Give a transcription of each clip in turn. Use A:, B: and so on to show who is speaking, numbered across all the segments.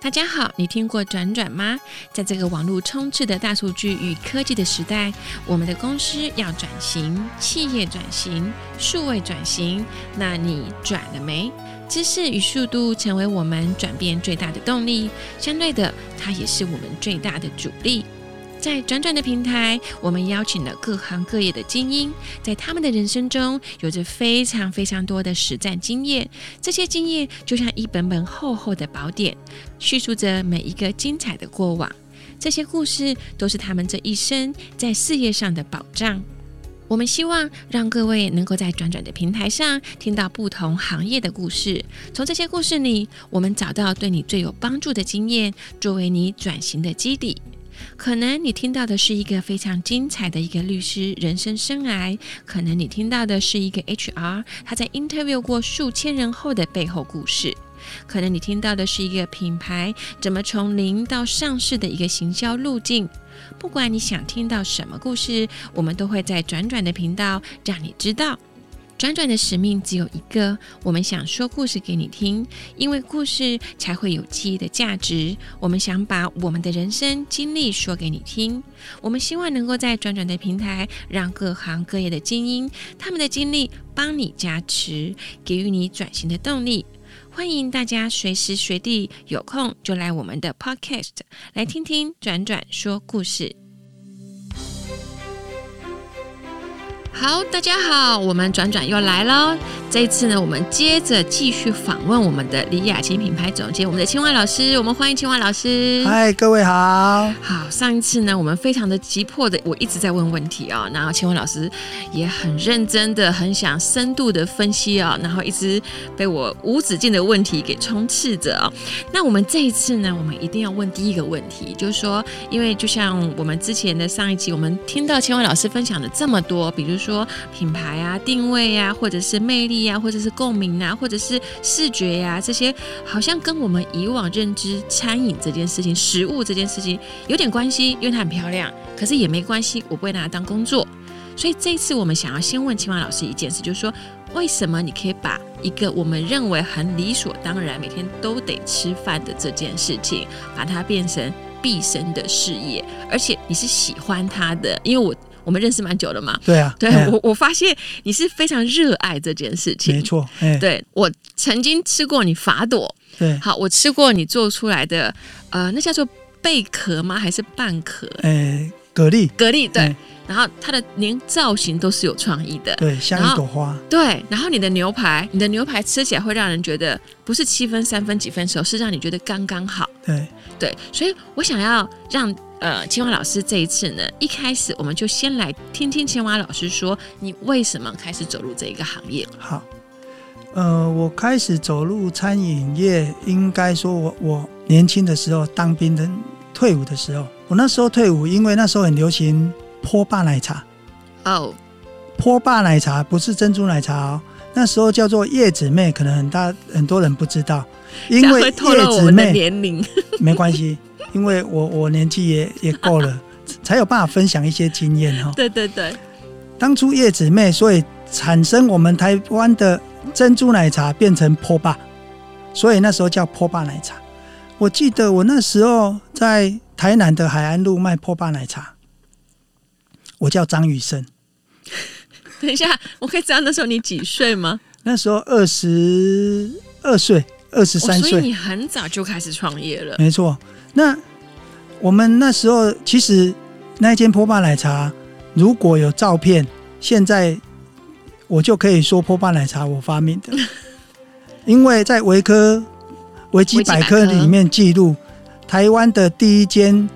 A: 大家好，你听过转转吗？在这个网络充斥的大数据与科技的时代，我们的公司要转型，企业转型，数位转型，那你转了没？知识与速度成为我们转变最大的动力，相对的，它也是我们最大的阻力。在转转的平台，我们邀请了各行各业的精英，在他们的人生中有着非常非常多的实战经验。这些经验就像一本本厚厚的宝典，叙述着每一个精彩的过往。这些故事都是他们这一生在事业上的保障。我们希望让各位能够在转转的平台上听到不同行业的故事，从这些故事里，我们找到对你最有帮助的经验，作为你转型的基底。可能你听到的是一个非常精彩的一个律师人生生涯，可能你听到的是一个 HR 他在 interview 过数千人后的背后故事，可能你听到的是一个品牌怎么从零到上市的一个行销路径。不管你想听到什么故事，我们都会在转转的频道让你知道。转转的使命只有一个，我们想说故事给你听，因为故事才会有记忆的价值。我们想把我们的人生经历说给你听，我们希望能够在转转的平台，让各行各业的精英他们的经历帮你加持，给予你转型的动力。欢迎大家随时随地有空就来我们的 Podcast 来听听转转说故事。好，大家好，我们转转又来喽。这一次呢，我们接着继续访问我们的李雅琴品牌总监，我们的青蛙老师，我们欢迎青蛙老师。
B: 嗨，各位好。
A: 好，上一次呢，我们非常的急迫的，我一直在问问题啊、然后青蛙老师也很认真的，很想深度的分析啊、然后一直被我无止境的问题给充斥着啊、那我们这一次呢，我们一定要问第一个问题，就是说，因为就像我们之前的上一集，我们听到青蛙老师分享的这么多，比如说品牌啊、定位啊，或者是魅力啊，或者是共鸣啊，或者是视觉呀、这些，好像跟我们以往认知餐饮这件事情、食物这件事情有点关系，因为它很漂亮，可是也没关系，我不会拿它当工作。所以这一次我们想要先问青蛙老师一件事，就是说，为什么你可以把一个我们认为很理所当然、每天都得吃饭的这件事情，把它变成毕生的事业，而且你是喜欢它的？因为我我们认识蛮久了 嘛，
B: 对啊，
A: 对、
B: 哎
A: 我我发现你是非常热爱这件事情。
B: 没错，哎，
A: 对我曾经吃过你法朵，
B: 对，
A: 好，我吃过你做出来的，呃，那叫做贝壳吗？还是半壳？
B: 哎，蛤蜊，
A: 蛤蜊对，
B: 哎
A: 然后它的连造型都是有创意的，
B: 对，像
A: 然后
B: 一朵花，
A: 对。然后你的牛排，你的牛排吃起来会让人觉得不是七分、三分、几分熟，是让你觉得刚刚好。
B: 对，
A: 对，所以我想要让呃青蛙老师这一次呢，一开始我们就先来听听青蛙老师说，你为什么开始走入这一个行业？
B: 好。呃，我开始走入餐饮业，应该说我我年轻的时候当兵的退伍的时候，我那时候退伍，因为那时候很流行波霸奶茶，
A: 哦，
B: 波霸奶茶不是珍珠奶茶哦，那时候叫做叶子妹，可能很大很多人不知道，因
A: 这样
B: 为
A: 会
B: 叶
A: 透露我
B: 子
A: 们的
B: 妹
A: 年龄。
B: 没关系，因为我我年纪也也够了， 才有办法分享一些经验哈。
A: 对对对，
B: 当初叶子妹，所以产生我们台湾的珍珠奶茶变成坡霸，所以那时候叫坡霸奶茶。我记得我那时候在台南的海岸路卖坡霸奶茶，我叫张雨生，
A: 等一下，我可以知道那时候你几岁吗？
B: 那时候二十二岁，二十三
A: 哦所
B: 岁嗯
A: 以，你很早就开始创业了。
B: 没错。那我们那时候其实那一间波霸奶茶如果有照片，现在我就可以说波霸奶茶我发明 的，因为在维科维基百科
A: 维基百科
B: 里面记录，台湾的第一间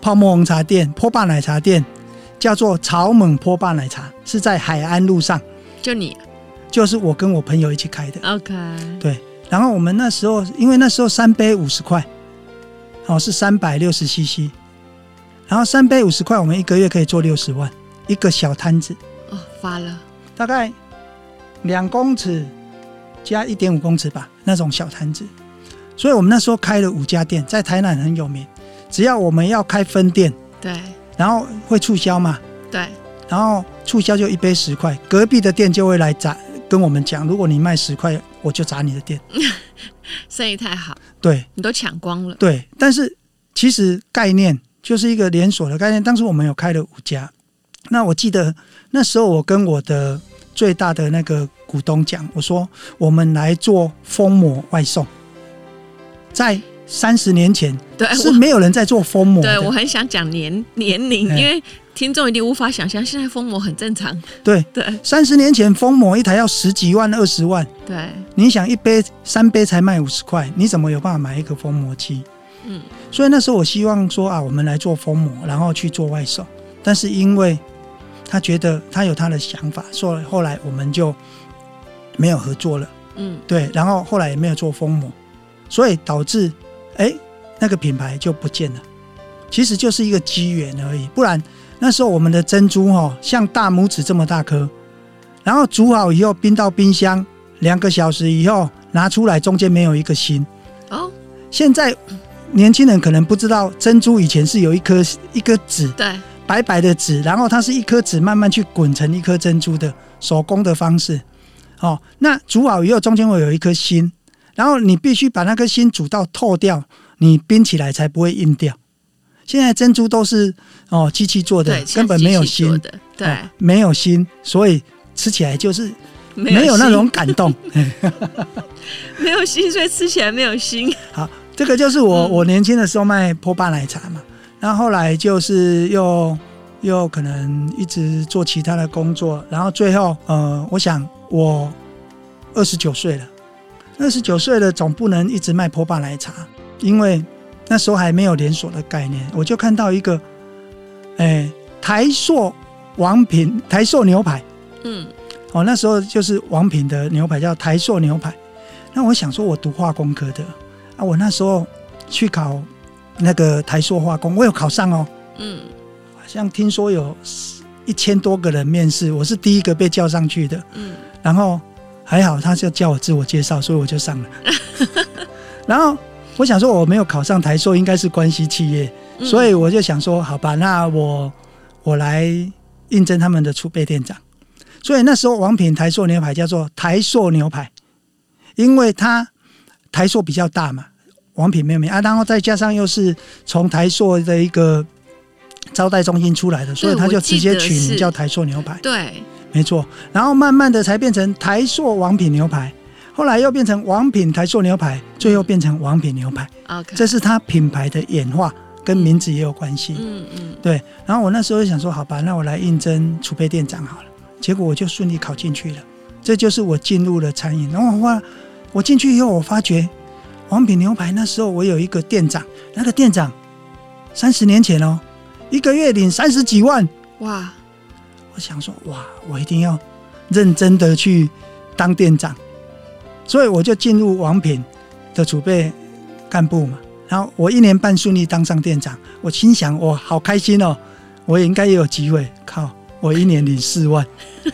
B: 泡沫红茶店波霸奶茶店叫做草蜢波霸奶茶，是在海岸路上，
A: 就你
B: 就是我跟我朋友一起开的。
A: ，OK，
B: 然后我们那时候，因为那时候三杯五十块，哦是三百六十 CC，然后三杯五十块，我们一个月可以做六十万，一个小摊子，
A: 哦，发了，
B: 大概两公尺加一点五公尺吧，那种小摊子。所以我们那时候开了五家店，在台南很有名。只要我们要开分店，
A: 对
B: 然后会促销嘛，
A: 对，
B: 然后促销就一杯十块，隔壁的店就会来砸跟我们讲，如果你卖十块，我就砸你的店。
A: 生意太好，
B: 对
A: 你都抢光了。
B: 对，但是其实概念就是一个连锁的概念。当时我们有开了五家，那我记得那时候我跟我的最大的那个股东讲，我说我们来做封膜外送，在三十年前
A: 对，
B: 是
A: 我
B: 没有人在做封膜
A: 对我
B: 的，
A: 很想讲年年龄，
B: 哎
A: 因为听众一定无法想象，现在封膜很正常。
B: 对，
A: 对
B: 三十年前封膜一台要十几万、二十万。
A: 对，
B: 你想一杯三杯才卖五十块，你怎么有办法买一个封膜机？
A: 嗯，
B: 所以那时候我希望说啊，我们来做封膜，然后去做外送。但是因为他觉得他有他的想法，所以后来我们就没有合作了。
A: 嗯
B: 对，然后后来也没有做封膜，所以导致哎那个品牌就不见了。其实就是一个机缘而已，不然那时候我们的珍珠哦，像大拇指这么大颗，然后煮好以后冰到冰箱两个小时以后拿出来，中间没有一个心。
A: 哦，
B: 现在年轻人可能不知道，珍珠以前是有一颗一颗籽，
A: 对，
B: 白白的籽，然后它是一颗籽慢慢去滚成一颗珍珠的手工的方式。哦，那煮好以后中间会有一颗心，然后你必须把那颗心煮到透掉，你冰起来才不会硬掉。现在珍珠都是哦机器做的
A: 对，，
B: 根本没有
A: 像机器做
B: 心，
A: 的，对，
B: 哦没有心，所以吃起来就是
A: 没
B: 没有那
A: 心
B: 种感动。
A: 没有心，所以吃起来没有心。
B: 好，这个就是我、
A: 嗯
B: 我年轻的时候卖波霸奶茶嘛，然后后来就是又又可能一直做其他的工作，然后最后呃，我想我二十九岁了，二十九岁了总不能一直卖波霸奶茶，因为那时候还没有连锁的概念，我就看到一个，哎、台塑王品台塑牛排。
A: 嗯，
B: 哦，那时候就是王品的牛排叫台塑牛排。那我想说，我读化工科的啊，我那时候去考那个台塑化工，我有考上哦，
A: 嗯
B: 好像听说有一千多个人面试，我是第一个被叫上去的。
A: 嗯，
B: 然后还好，他就叫我自我介绍，所以我就上了。 然后我想说，我没有考上台塑，应该是关系企业，
A: 嗯
B: 所以我就想说，好吧，那我我来应征他们的储备店长。所以那时候王品台塑牛排叫做台塑牛排，因为它台塑比较大嘛，王品没有名啊，然后再加上又是从台塑的一个招待中心出来的，所以
A: 对
B: 他
A: 我
B: 就
A: 记
B: 直接
A: 得
B: 取名
A: 是
B: 叫台塑牛排。
A: 对，
B: 没错。然后慢慢的才变成台塑王品牛排，后来又变成王品台塑牛排，最后变成王品牛排，
A: OK，
B: 这是它品牌的演化，跟名字也有关系。
A: 嗯嗯
B: 对，然后我那时候就想说，好吧，那我来应征储备店长好了。结果我就顺利考进去了，这就是我进入了餐饮。然后我我进去以后，我发觉王品牛排那时候我有一个店长，那个店长三十年前哦，一个月领三十几万，
A: 哇，
B: 我想说，哇，我一定要认真的去当店长，所以我就进入王品的储备干部嘛。然后我一年半顺利当上店长，我心想，我好开心哦，我也应该也有机会。靠，我一年领 四万，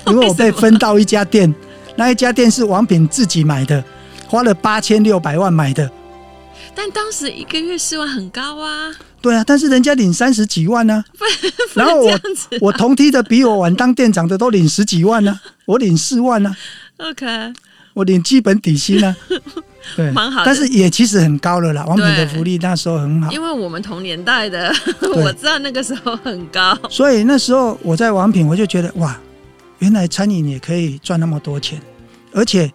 B: 因为我被分到一家店，那一家店是王品自己买的，花了八千六百万买的。
A: 但当时一个月四万很高啊，
B: 对啊，但是人家领三十几万呢、然后
A: 这
B: 我
A: 样子
B: 我同梯的比我晚当店长的都领十几万呢、啊我领四万呢、啊
A: OK，
B: 我领基本底薪 呢、对，
A: 蛮好的
B: 但是也其实很高了啦。王品的
A: 对
B: 福利那时候很好，
A: 因为我们同年代的， 我知道那个时候很高。
B: 所以那时候我在王品，我就觉得哇，原来餐饮也可以赚那么多钱，而且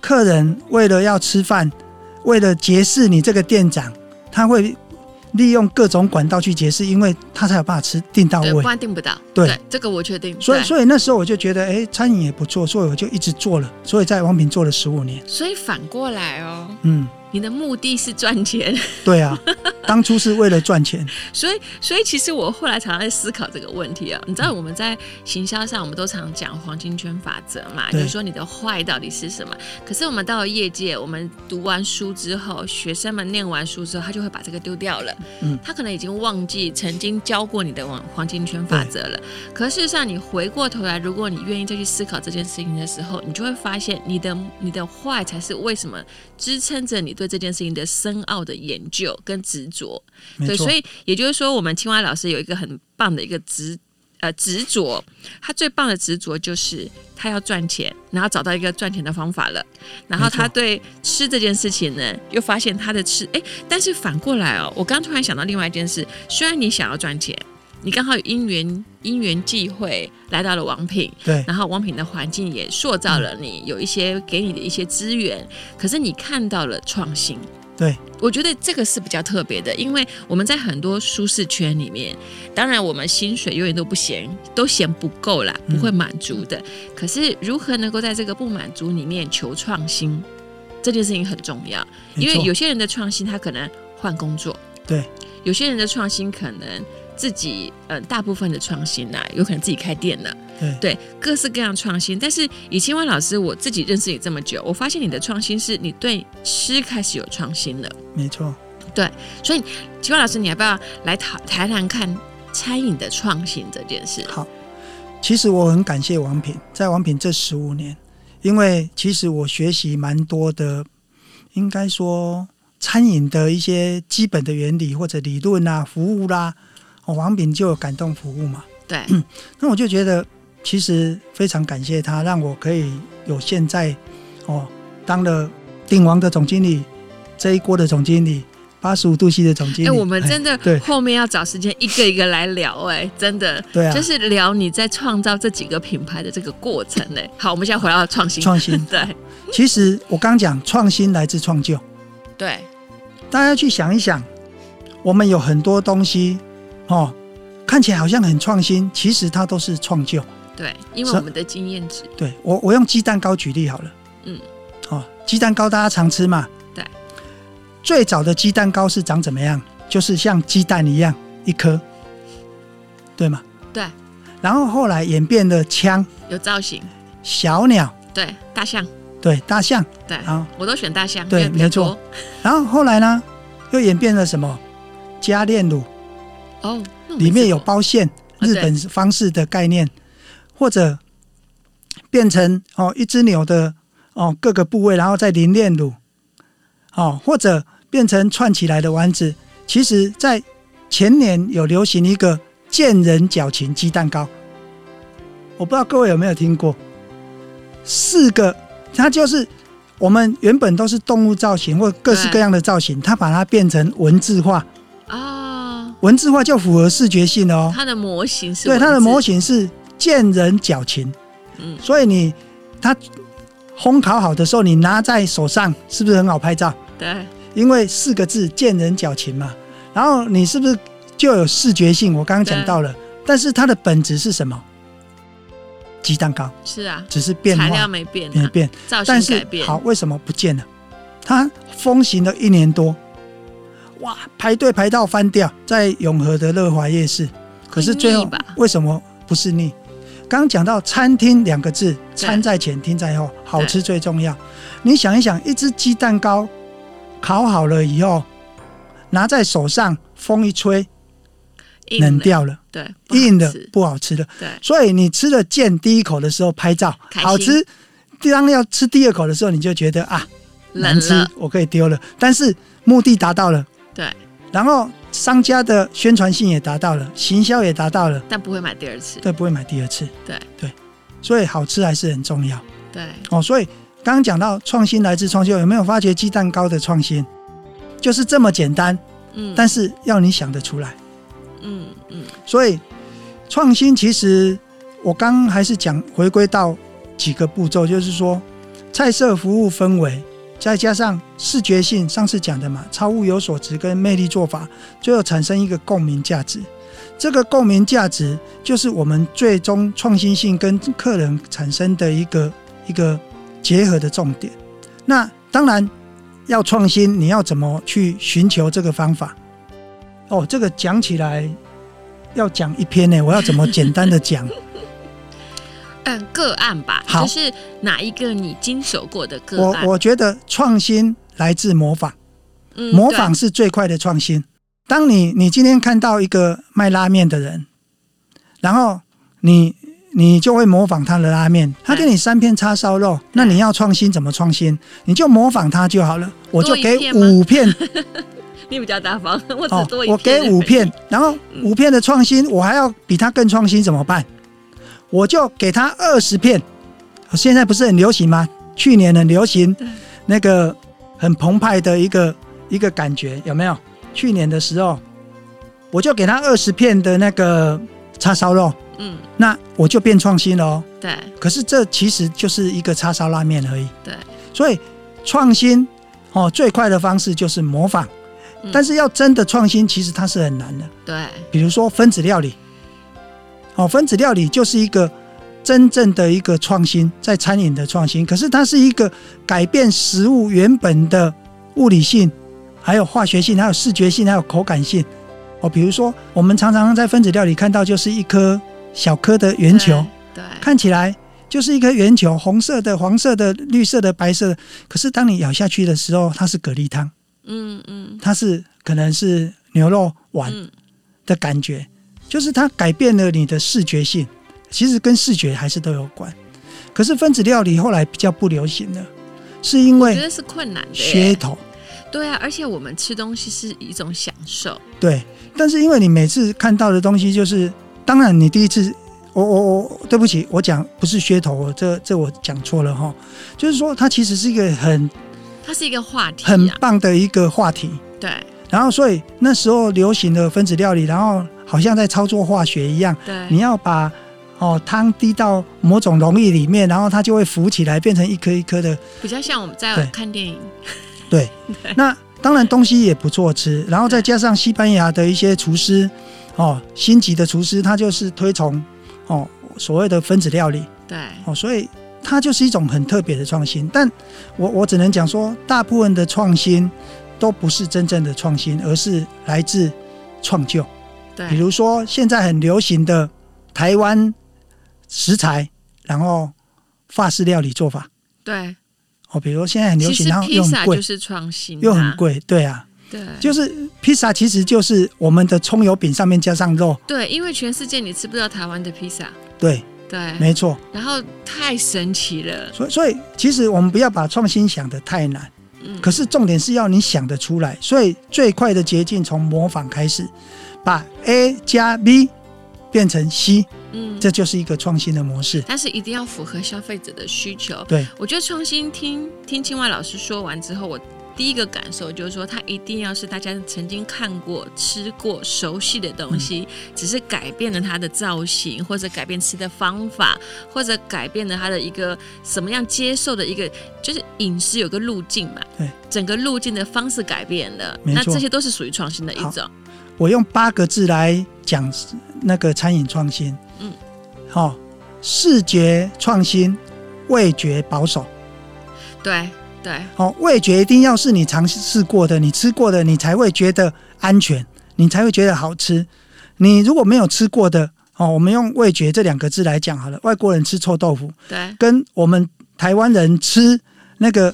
B: 客人为了要吃饭，为了结识你这个店长，他会利用各种管道去结识，因为他才有办法吃订到
A: 对，
B: 位
A: 不。然定不到。
B: 对
A: 这个我确定。
B: 所以，
A: 对
B: 所以那时候我就觉得，哎、餐饮也不错，所以我就一直做了，所以在王品做了十五年。
A: 所以反过来哦，
B: 嗯，
A: 你的目的是赚钱，
B: 对 啊，当初是为了赚钱。
A: 所以所以其实我后来常常在思考这个问题啊。你知道我们在行销上，我们都常讲黄金圈法则嘛，就
B: 对
A: 是说你的坏到底是什么。可是我们到了业界，我们读完书之后，学生们念完书之后，他就会把这个丢掉了。
B: 嗯
A: 他可能已经忘记曾经教过你的黄黄金圈法则了。可事实上，你回过头来，如果你愿意再去思考这件事情的时候，你就会发现，你的你的坏才是为什么支撑着你对这件事情的深奥的研究跟执着。
B: 没
A: 对，
B: 错
A: 所，以也就是说，我们青蛙老师有一个很棒的一个执呃执着，他最棒的执着就是他要赚钱，然后找到一个赚钱的方法了。然后
B: 没错
A: 他对吃这件事情呢，又发现他的吃，哎，但是反过来哦，我刚突然想到另外一件事，虽然你想要赚钱，你刚好有因缘因缘际会来到了王品，
B: 对，
A: 然后王品的环境也塑造了你有一些给你的一些资源，可是你看到了创新。
B: 对，
A: 我觉得这个是比较特别的，因为我们在很多舒适圈里面，当然我们薪水永远都不嫌都嫌不够啦，
B: 嗯
A: 不会满足的。可是如何能够在这个不满足里面求创新，这件事情很重要，因
B: 没
A: 为
B: 错
A: 有些人的创新他可能换工作，
B: 对，
A: 有些人的创新可能自己，嗯、大部分的创新呐、有可能自己开店了，
B: 对
A: 对，各式各样的创新。但是以青蛙老师，我自己认识你这么久，我发现你的创新是你对吃开始有创新了。
B: 没错。
A: 所以，青蛙老师，你要不要来谈谈谈看餐饮的创新这件事？
B: 好，其实我很感谢王品，在王品这十五年，因为其实我学习蛮多的，应该说餐饮的一些基本的原理或者理论啊、服务啦、哦，王品就有感动服务嘛。
A: 对，
B: 那我就觉得，其实非常感谢他，让我可以有现在哦，当了鼎王的总经理，这一锅的总经理，八十五度 C 的总经
A: 哎、
B: 理。
A: 我们真
B: 对
A: 的后面要找时间一个一个来聊、哎，真的。
B: 对啊，
A: 就是聊你在创造这几个品牌的这个过程哎，好，我们现在回到创新，
B: 创新
A: 对
B: 其实我刚讲创新来自创旧。
A: 对，
B: 大家去想一想，我们有很多东西哦，看起来好像很创新，其实它都是创旧。
A: 对，因为
B: 是啊
A: 我们的经验值，
B: 对我，我用鸡蛋糕举例好了。
A: 嗯，
B: 哦，鸡蛋糕大家常吃嘛。
A: 对。
B: 最早的鸡蛋糕是长怎么样？就是像鸡蛋一样一颗，对吗？
A: 对，
B: 然后后来演变了枪、
A: 有造型，
B: 小鸟、
A: 对，大象，
B: 对大象，
A: 对，
B: 啊，
A: 我都选大象，
B: 对
A: 因为比较
B: 没错
A: 多。
B: 然后后来呢，又演变了什么？加炼乳，
A: 哦，那我没
B: 里面
A: 吃
B: 有
A: 过
B: 包馅，
A: 啊
B: 日本方式的概念，或者变成哦一只牛的哦各个部位，然后再淋炼乳，哦，或者变成串起来的丸子。其实，在前年有流行一个健人矫情鸡蛋糕，我不知道各位有没有听过，四个，它就是。我们原本都是动物造型或各式各样的造型，它把它变成文字化，
A: 哦，
B: 文字化就符合视觉性了哦。
A: 它的模型是
B: 对，它的模
A: 型，
B: 型是见人矫情，
A: 嗯
B: 所以你它烘烤好的时候，你拿在手上是不是很好拍照？
A: 对，
B: 因为四个字“见人矫情”嘛。然后你是不是就有视觉性？我刚刚讲到
A: 嗯
B: 了，但是它的本质是什么？鸡蛋糕
A: 是啊，
B: 只是变
A: 材料
B: 化
A: 没变
B: 没
A: 啊，
B: 变，
A: 造
B: 但
A: 型改
B: 是
A: 变，
B: 好，为什么不见了？它风行了一年多，哇，排队排到翻掉，在永和的乐华夜市。可是最
A: 会
B: 后
A: 腻吧
B: 为什么不是腻？刚刚讲到餐厅两个字，餐在前，厅在后，好吃最重要。你想一想，一只鸡蛋糕烤好了以后，拿在手上，风一吹，
A: 硬
B: 冷
A: 的，
B: 掉了，
A: 对，不好
B: 硬的
A: 吃
B: 不好吃了。
A: 对，
B: 所以你吃了见第一口的时候拍照，
A: 开心
B: 好吃。当要吃第二口的时候，你就觉得啊，难
A: 冷
B: 吃
A: 了，，
B: 我可以丢了。但是目的达到了，
A: 对，
B: 然后商家的宣传性也达到了，行销也达到了，
A: 但不会买第二次，
B: 对，不会买第二次。
A: 对
B: 对，所以好吃还是很重要
A: 对，
B: 哦。所以刚刚讲到创新来自创新，有没有发觉鸡蛋糕的创新就是这么简单？
A: 嗯，
B: 但是要你想得出来。
A: 嗯嗯，
B: 所以创新其实我刚还是讲回归到几个步骤，就是说菜色服务氛围，再加上视觉性，上次讲的嘛，超物有所值跟魅力做法，最后产生一个共鸣价值。这个共鸣价值就是我们最终创新性跟客人产生的一个一个结合的重点。那当然要创新，你要怎么去寻求这个方法？哦，这个讲起来要讲 一篇呢，我要怎么简单的讲？
A: 嗯，个案吧，
B: 好
A: 就是哪一个你经手过的个
B: 我
A: 案？
B: 我觉得创新来自模仿，
A: 嗯
B: 模仿是最快的创新。当你你今天看到一个卖拉面的人，然后你你就会模仿他的拉面，他给你三片叉烧肉，那你要创新怎么创新？你就模仿他就好了。我就
A: 多一
B: 给
A: 片吗
B: 五片，
A: 你比较大方， 我只
B: 哦
A: 多，一
B: 我给五
A: 而已，
B: 片，然后五片的创新，我还要比它更创新怎么办？我就给它二十片。哦现在不是很流行吗？去年很流行那个很澎湃的一个一个感觉，有没有？去年的时候，我就给它二十片的那个叉烧肉，
A: 嗯，
B: 那我就变创新了哦。
A: 对
B: 可是这其实就是一个叉烧拉面而已。
A: 对，
B: 所以创新哦，最快的方式就是模仿
A: 嗯，
B: 但是要真的创新，其实它是很难的。
A: 对，
B: 比如说分子料理，哦，分子料理就是一个真正的一个创新，在餐饮的创新，可是它是一个改变食物原本的物理性、还有化学性、还有视觉性、还有口感性。哦，比如说我们常常在分子料理看到就是一颗小颗的圆球，
A: 对，对，
B: 看起来就是一颗圆球，红色的、黄色的、绿色的、白色的。可是当你咬下去的时候，它是蛤蜊汤，
A: 嗯嗯
B: 它是可能是牛肉丸
A: 嗯，
B: 的感觉，就是它改变了你的视觉性。其实跟视觉还是都有关。可是分子料理后来比较不流行了，是因
A: 我觉
B: 为
A: 得是困难的
B: 噱
A: 耶，
B: 头。
A: 对啊，而且我们吃东西是一种享受，
B: 对，但是因为你每次看到的东西就是，当然你第一次，我我我，对不起，我讲不是噱头，我这这我讲错了哈，就是说它其实是一个很
A: 它是一个话题
B: 很
A: 啊，
B: 棒的一个话题。
A: 对
B: 然后，所以那时候流行的分子料理，然后好像在操作化学一样，
A: 对
B: 你要把哦汤滴到某种溶液里面，然后它就会浮起来，变成一颗一颗的。
A: 比较像我们在
B: 对
A: 看电影，
B: 对，那当然东西也不错吃，然后再加上西班牙的一些厨师，哦，星级的厨师，他就是推崇哦所谓的分子料理
A: 对
B: 哦，所以它就是一种很特别的创新。但我我只能讲说，大部分的创新都不是真正的创新，而是来自创旧。比
A: 对
B: 如说现在很流行的台湾食材，然后法式料理做法
A: 对，
B: 哦，比如说现在很流
A: 其
B: 行，
A: 实
B: 然后
A: 披
B: 又
A: 萨
B: 很贵，
A: 就是创新、啊，
B: 又很，贵，对啊，
A: 对，
B: 就是披萨其实就是我们的葱油饼上面加上肉，
A: 对，因为全世界你吃不到台湾的披萨，
B: 对，
A: 对，
B: 没错。
A: 然后太神奇了，
B: 所以所以其实我们不要把创新想得太难，
A: 嗯，
B: 可是重点是要你想得出来。所以最快的捷径从模仿开始，把 A 加 B 变成 C，
A: 嗯，
B: 这就是一个创新的模式。
A: 但是一定要符合消费者的需求。
B: 对
A: 我觉得创新听听青蛙老师说完之后，我第一个感受就是说，它一定要是大家曾经看过、吃过、熟悉的东西，
B: 嗯
A: 只是改变了它的造型，或者改变吃的方法，或者改变了它的一个什么样接受的一个，就是饮食有个路径嘛，
B: 对，
A: 整个路径的方式改变了，
B: 没
A: 那
B: 错
A: 这些都是属于创新的一
B: 好
A: 种。
B: 我用八个字来讲那个餐饮创新。
A: 嗯
B: 嗯，好、视觉创新，味觉保守。
A: 对对
B: 哦，味觉一定要是你尝试过的，你吃过的，你才会觉得安全，你才会觉得好吃。你如果没有吃过的，哦，我们用味觉这两个字来讲好了。外国人吃臭豆腐，
A: 对
B: 跟我们台湾人吃那个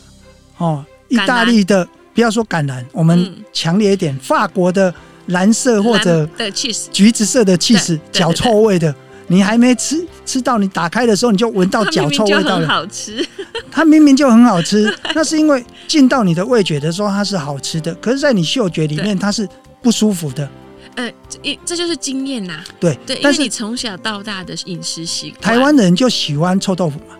B: 哦，意大利的，不要说橄榄，我
A: 嗯
B: 们强烈一点，法国的蓝色或者
A: 蓝的 cheese，
B: 橘子色的气
A: 嗯对
B: 势，
A: 对
B: 脚臭味的，你还没吃吃到，你打开的时候你就闻到
A: 它明
B: 脚
A: 明
B: 臭
A: 就
B: 味道
A: 很
B: 了。
A: 好吃，
B: 它明明就很 好吃，那是因为进到你的味觉的时候它是好吃的，可是，在你嗅觉里面它是不舒服的。
A: 呃，这这就是经验呐、
B: 对，
A: 对，因
B: 但
A: 为
B: 是
A: 你从小到大的饮食习惯，
B: 台湾人就喜欢臭豆腐嘛，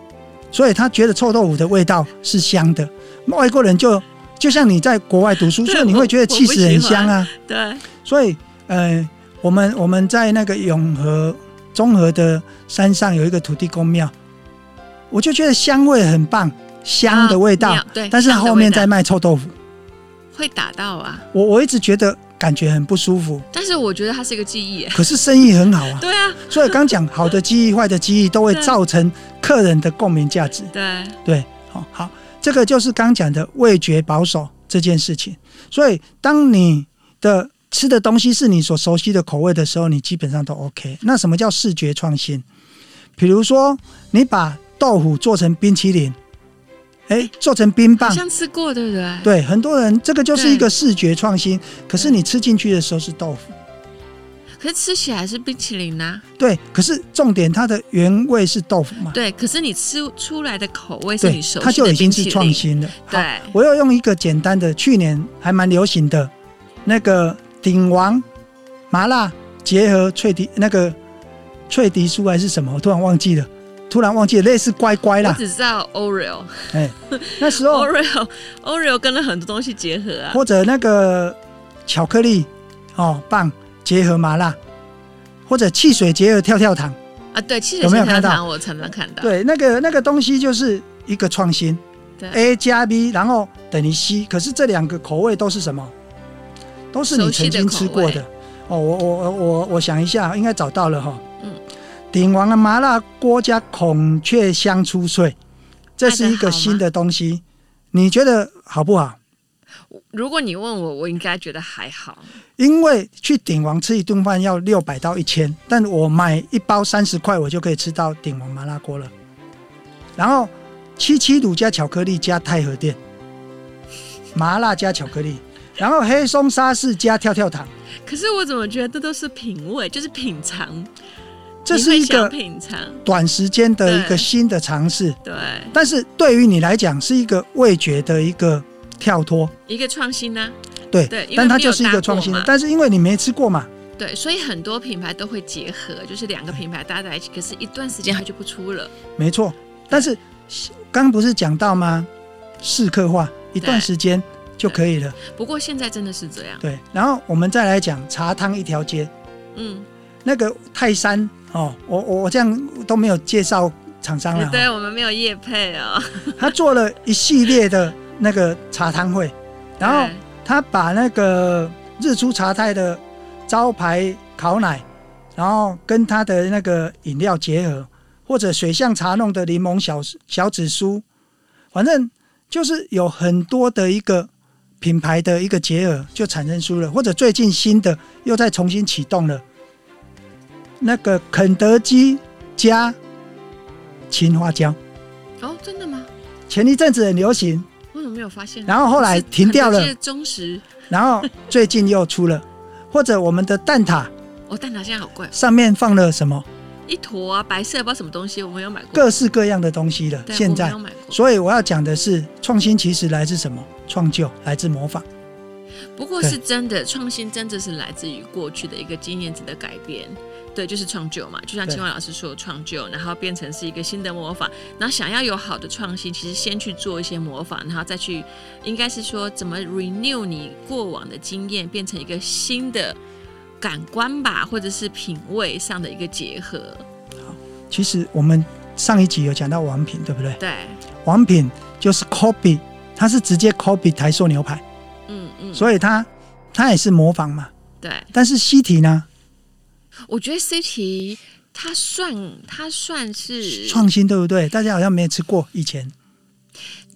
B: 所以他觉得臭豆腐的味道是香的。外国人就就像你在国外读书，
A: 对
B: 所以你会觉得
A: 我
B: 气势很香啊。
A: 对
B: 所以，呃，我们我们在那个永和中和的山上有一个土地公庙，我就觉得香味很棒，香的味道。
A: 啊妙对，
B: 但是
A: 香的
B: 后面
A: 味道
B: 在卖臭豆腐，
A: 会打到啊，
B: 我我一直觉得感觉很不舒服，
A: 但是我觉得它是一个记忆耶，
B: 可是生意很好啊。
A: 对啊，
B: 所以刚讲好的记忆、坏的记忆都会
A: 对
B: 造成客人的共鸣价值。
A: 对
B: 对，好、好，这个就是刚讲的味觉保守这件事情。所以，当你的吃的东西是你所熟悉的口味的时候，你基本上都 OK。那什么叫视觉创新？比如说，你把豆腐做成冰淇淋，哎，做成冰
A: 好
B: 棒，
A: 像吃过，对不对？
B: 对，很多人这个就是
A: 对
B: 一个视觉创新。可是你吃进去的时候是豆腐，
A: 可是吃起来是冰淇淋呐、
B: 对，可是重点它的原味是豆腐嘛，
A: 对，可是你吃出来的口味是
B: 对
A: 你，熟
B: 它
A: 悉
B: 就
A: 的
B: 已
A: 冰
B: 经
A: 淇
B: 是
A: 淋，
B: 创新了。好
A: 对
B: 我要用一个简单的，去年还蛮流行的那个鼎王麻辣结合脆皮那个脆皮酥还是什么，我突然忘记了，突然忘记了，类似乖乖
A: 我
B: 啦。
A: 只知道 Oreo、
B: 哎，那时候
A: Oreo、Oreo 跟了很多东西结合啊。
B: 或者那个巧克力哦棒结合麻辣，或者汽水结合跳跳糖，
A: 啊，对，汽水
B: 有没有
A: 鲜
B: 看
A: 糖
B: 到
A: 糖我常常看到。
B: 对，那个那个东西就是一个创新
A: 对
B: ，A 加 B 然后等于 C，可是这两个口味都是什么？都是你
A: 熟悉的
B: 曾经吃过的。
A: 口味
B: 哦，我我我我我想一下，应该找到了哈。
A: 嗯，
B: 鼎王的麻辣锅加孔雀香酥脆，这是一
A: 卖得好
B: 个
A: 吗
B: 新的东西，你觉得好不好？
A: 如果你问我，我应该觉得还好。
B: 因为去鼎王吃一顿饭要六百到一千，但我买一包三十块，我就可以吃到鼎王麻辣锅了。然后七七乳加巧克力加太和殿，麻辣加巧克力，然后黑松沙士加跳跳糖，
A: 可是我怎么觉得这都是品味，就是品尝，
B: 这
A: 你
B: 是
A: 会
B: 一
A: 想
B: 个
A: 品尝。
B: 短时间的一个
A: 对
B: 新的尝试，
A: 对，
B: 但是对于你来讲是一个味觉的一个跳脱，
A: 一个创新呢、
B: 对，
A: 对因为
B: 但它
A: 没有
B: 就是一
A: 搭
B: 个
A: 过
B: 创新的
A: 嘛，
B: 但是因为你没吃过嘛，
A: 对，所以很多品牌都会结合，就是两个品牌搭在一起，可是一段时间它就不出了。
B: 没错，但是刚刚不是讲到吗？试刻画一段时间就可以了。
A: 不过现在真的是这样，
B: 对，然后我们再来讲茶汤一条街
A: 嗯，
B: 那个泰山哦，我我我这样都没有介绍厂商了、
A: 对
B: 哦，
A: 我们没有业配哦。
B: 他做了一系列的那个茶汤会，然
A: 哎
B: 后他把那个日出茶太的招牌烤奶，然后跟他的那个饮料结合，或者水象茶弄的柠檬小小紫苏，反正就是有很多的一个品牌的一个结合，就产生出了，或者最近新的又再重新启动了，那个肯德基加青花椒，
A: 对哦，真的吗？
B: 前一阵子很流行，
A: 我怎么没有发现？
B: 然后后来停掉了
A: 是肯德基的中食，
B: 然后最近又出了， 或者我们的蛋挞。
A: 我、蛋挞现在好贵哦，
B: 上面放了什么
A: 一坨啊，白色不知道什么东西，我没有买过。
B: 各式各样的东西了。
A: 对
B: 现
A: 我没
B: 在
A: 有，买过。
B: 所以我要讲的是，创新其实来自什么？创旧来自模仿。
A: 不过
B: 对
A: 是真的，创新真的是来自于过去的一个经验值的改变。对，就是创旧嘛，就像
B: 对
A: 青蛙老师说，创旧，然后变成是一个新的模仿。然后想要有好的创新，其实先去做一些模仿，然后再去，应该是说怎么 renew 你过往的经验，变成一个新的感官吧，或者是品味上的一个结合。
B: 其实我们上一集有讲到王品，对不对？
A: 对，
B: 王品就是 copy，它是直接 copy 台塑牛排，
A: 嗯嗯，
B: 所以它它也是模仿嘛。
A: 对。
B: 但是西提呢，
A: 我觉得 C T 它算它算是
B: 创新对不对？大家好像没吃过以前。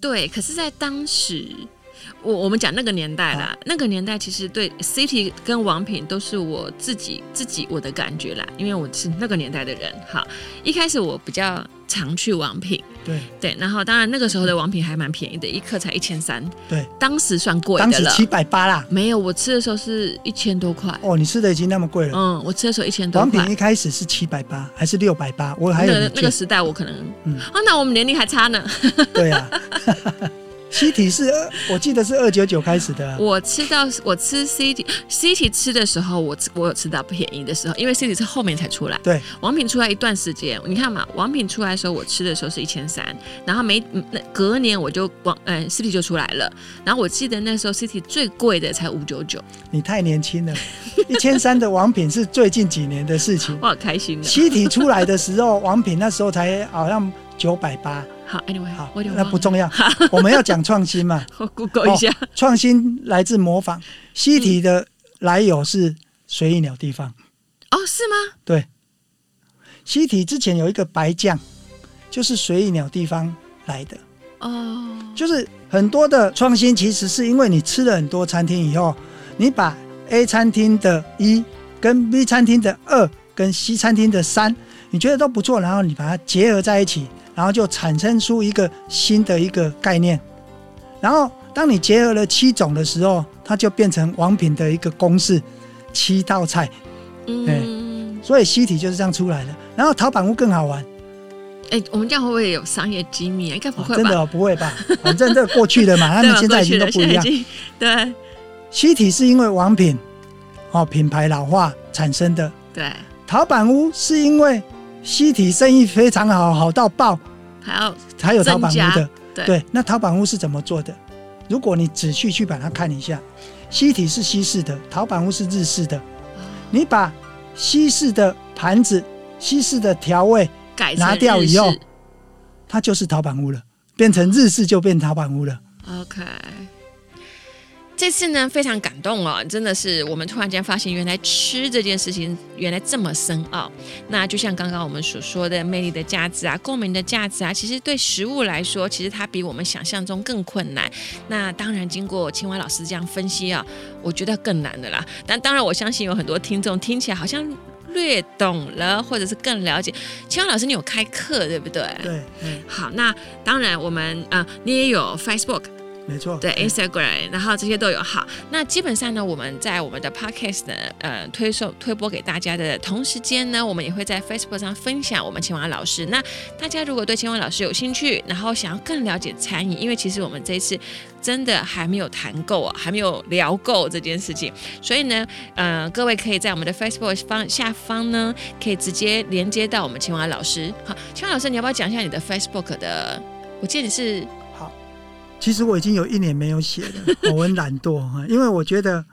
A: 对，可是，在当时，我我们讲那个年代
B: 啊
A: 啦，那个年代其实对 City 跟王品都是我自己自己我的感觉啦，因为我是那个年代的人。好，一开始我比较常去王品，
B: 对，
A: 对，然后当然那个时候的王品还蛮便宜的，一克才一千三，
B: 对，
A: 当时算贵
B: 当
A: 的
B: 时
A: 了。
B: 七百八啦。
A: 没有，我吃的时候是一千多块。
B: 哦，你吃的已经那么贵了。
A: 嗯，我吃的时候一千多
B: 王品
A: 块。
B: 一开始是七百八还是六百八？我还
A: 那个
B: 有你
A: 那
B: 券
A: 个时代，我可能、
B: 嗯
A: 啊，那我们年龄还差呢。
B: 对啊， 西体是二，我记得是二九九开始的啊、
A: 我吃到我吃 City City 吃的时候，我吃我有吃到便宜的时候，因为 City 是后面才出来。
B: 对，
A: 王品出来一段时间，你看嘛，王品出来的时候，我吃的时候是一千三，然后没嗯那隔年我就王嗯 City 就出来了，然后我记得那时候 City 最贵的才五九九，
B: 你太年轻了，一千三的王品是最近几年的事情。
A: 我好开心的。
B: 西体出来的时候，王品那时候才好像九百八，
A: 好，Anyway，
B: 好
A: 我有，点
B: 那
A: 忘
B: 不
A: 了，
B: 重哦要，我们要讲创 新嘛，
A: 我 Google 一下。
B: 创新来自模仿。西体的来由是随意鸟地方，
A: 哦是吗？
B: 对。西体之前有一个白酱，就是随意鸟地方来的。
A: 哦，
B: 就是很多的创新，其实是因为你吃了很多餐厅以后，你把 A 餐厅的一跟 B 餐厅的二跟 C 餐厅的三，你觉得都不错，然后你把它结合在一起，然后就产生出一个新的一个概念。然后当你结合了七种的时候，它就变成王品的一个公式，七道菜。哎
A: 嗯，
B: 所以西体就是这样出来的。然后陶板屋更好玩，
A: 哎、我们这样会不会有商业机密啊？应该不
B: 哦
A: 会
B: 真
A: 吧？
B: 的、哦、不会吧？反正这过去的嘛，他
A: 对
B: 们
A: 吧？
B: 现
A: 过
B: 在
A: 去了，
B: 已经都不
A: 现在已
B: 一样。
A: 经对，
B: 西体是因为王品哦品牌老化产生的，
C: 对，
B: 陶板屋是因为西体生意非常好，好到爆，
C: 还要
B: 才有陶板屋
C: 增
B: 的。
C: 对
B: 那陶板屋是怎么做的？如果你仔细去把它看一下，西体是西式的，陶板屋是日式的。你把西式的盘子、西式的调味，
C: 改成
B: 拿掉
C: 日
B: 以后
C: 式
B: 它就是陶板屋了，变成日式就变陶板屋了。
C: ，OK，
A: 这次呢，非常感动哦，真的是我们突然间发现，原来吃这件事情原来这么深奥。那就像刚刚我们所说的魅力的价值啊，共鸣的价值啊，其实对食物来说，其实它比我们想象中更困难。那当然，经过青蛙老师这样分析啊，我觉得更难的啦。但当然，我相信有很多听众听起来好像略懂了，或者是更了解。青蛙老师，你有开课对不对？
B: 对，嗯
C: 好，那当然我们啊、呃你也有 Facebook。
B: 没错。
C: 对 Instagram，然后这些都有好。
A: 那基本上呢，我们在我们的 podcast 呢，呃，推送推播给大家的同时间呢，我们也会在 Facebook 上分享我们青蛙老师。那大家如果对青蛙老师有兴趣，然后想要更了解餐饮，因为其实我们这一次真的还没有谈够啊，还没有聊够这件事情，所以呢，呃，各位可以在我们的 Facebook 方下方呢，可以直接连接到我们青蛙老师。好，青蛙老师，你要不要讲一下你的 Facebook 的？我记得你是
B: 好，其实我已经有一年没有写 了，哦我很懒惰哈，因为我觉得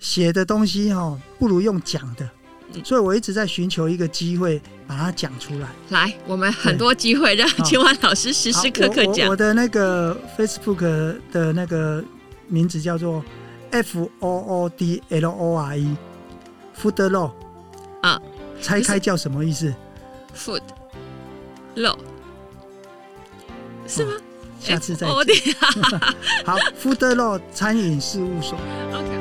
B: 写的东西哈不如用讲的，
C: 嗯
B: 所以我一直在寻求一个机会把它讲出来。
C: 来，我们很多机会让青蛙老师时时刻刻
B: 好啊我我
C: 讲
B: 我的那个 Facebook 的那个名字叫做 F O O D L O R E，food law
C: 啊，
B: 拆开叫什么意思？
C: food low，是吗？
B: 下次再
C: 我的哎哦
B: 好，food law 餐饮事务所。
C: OK。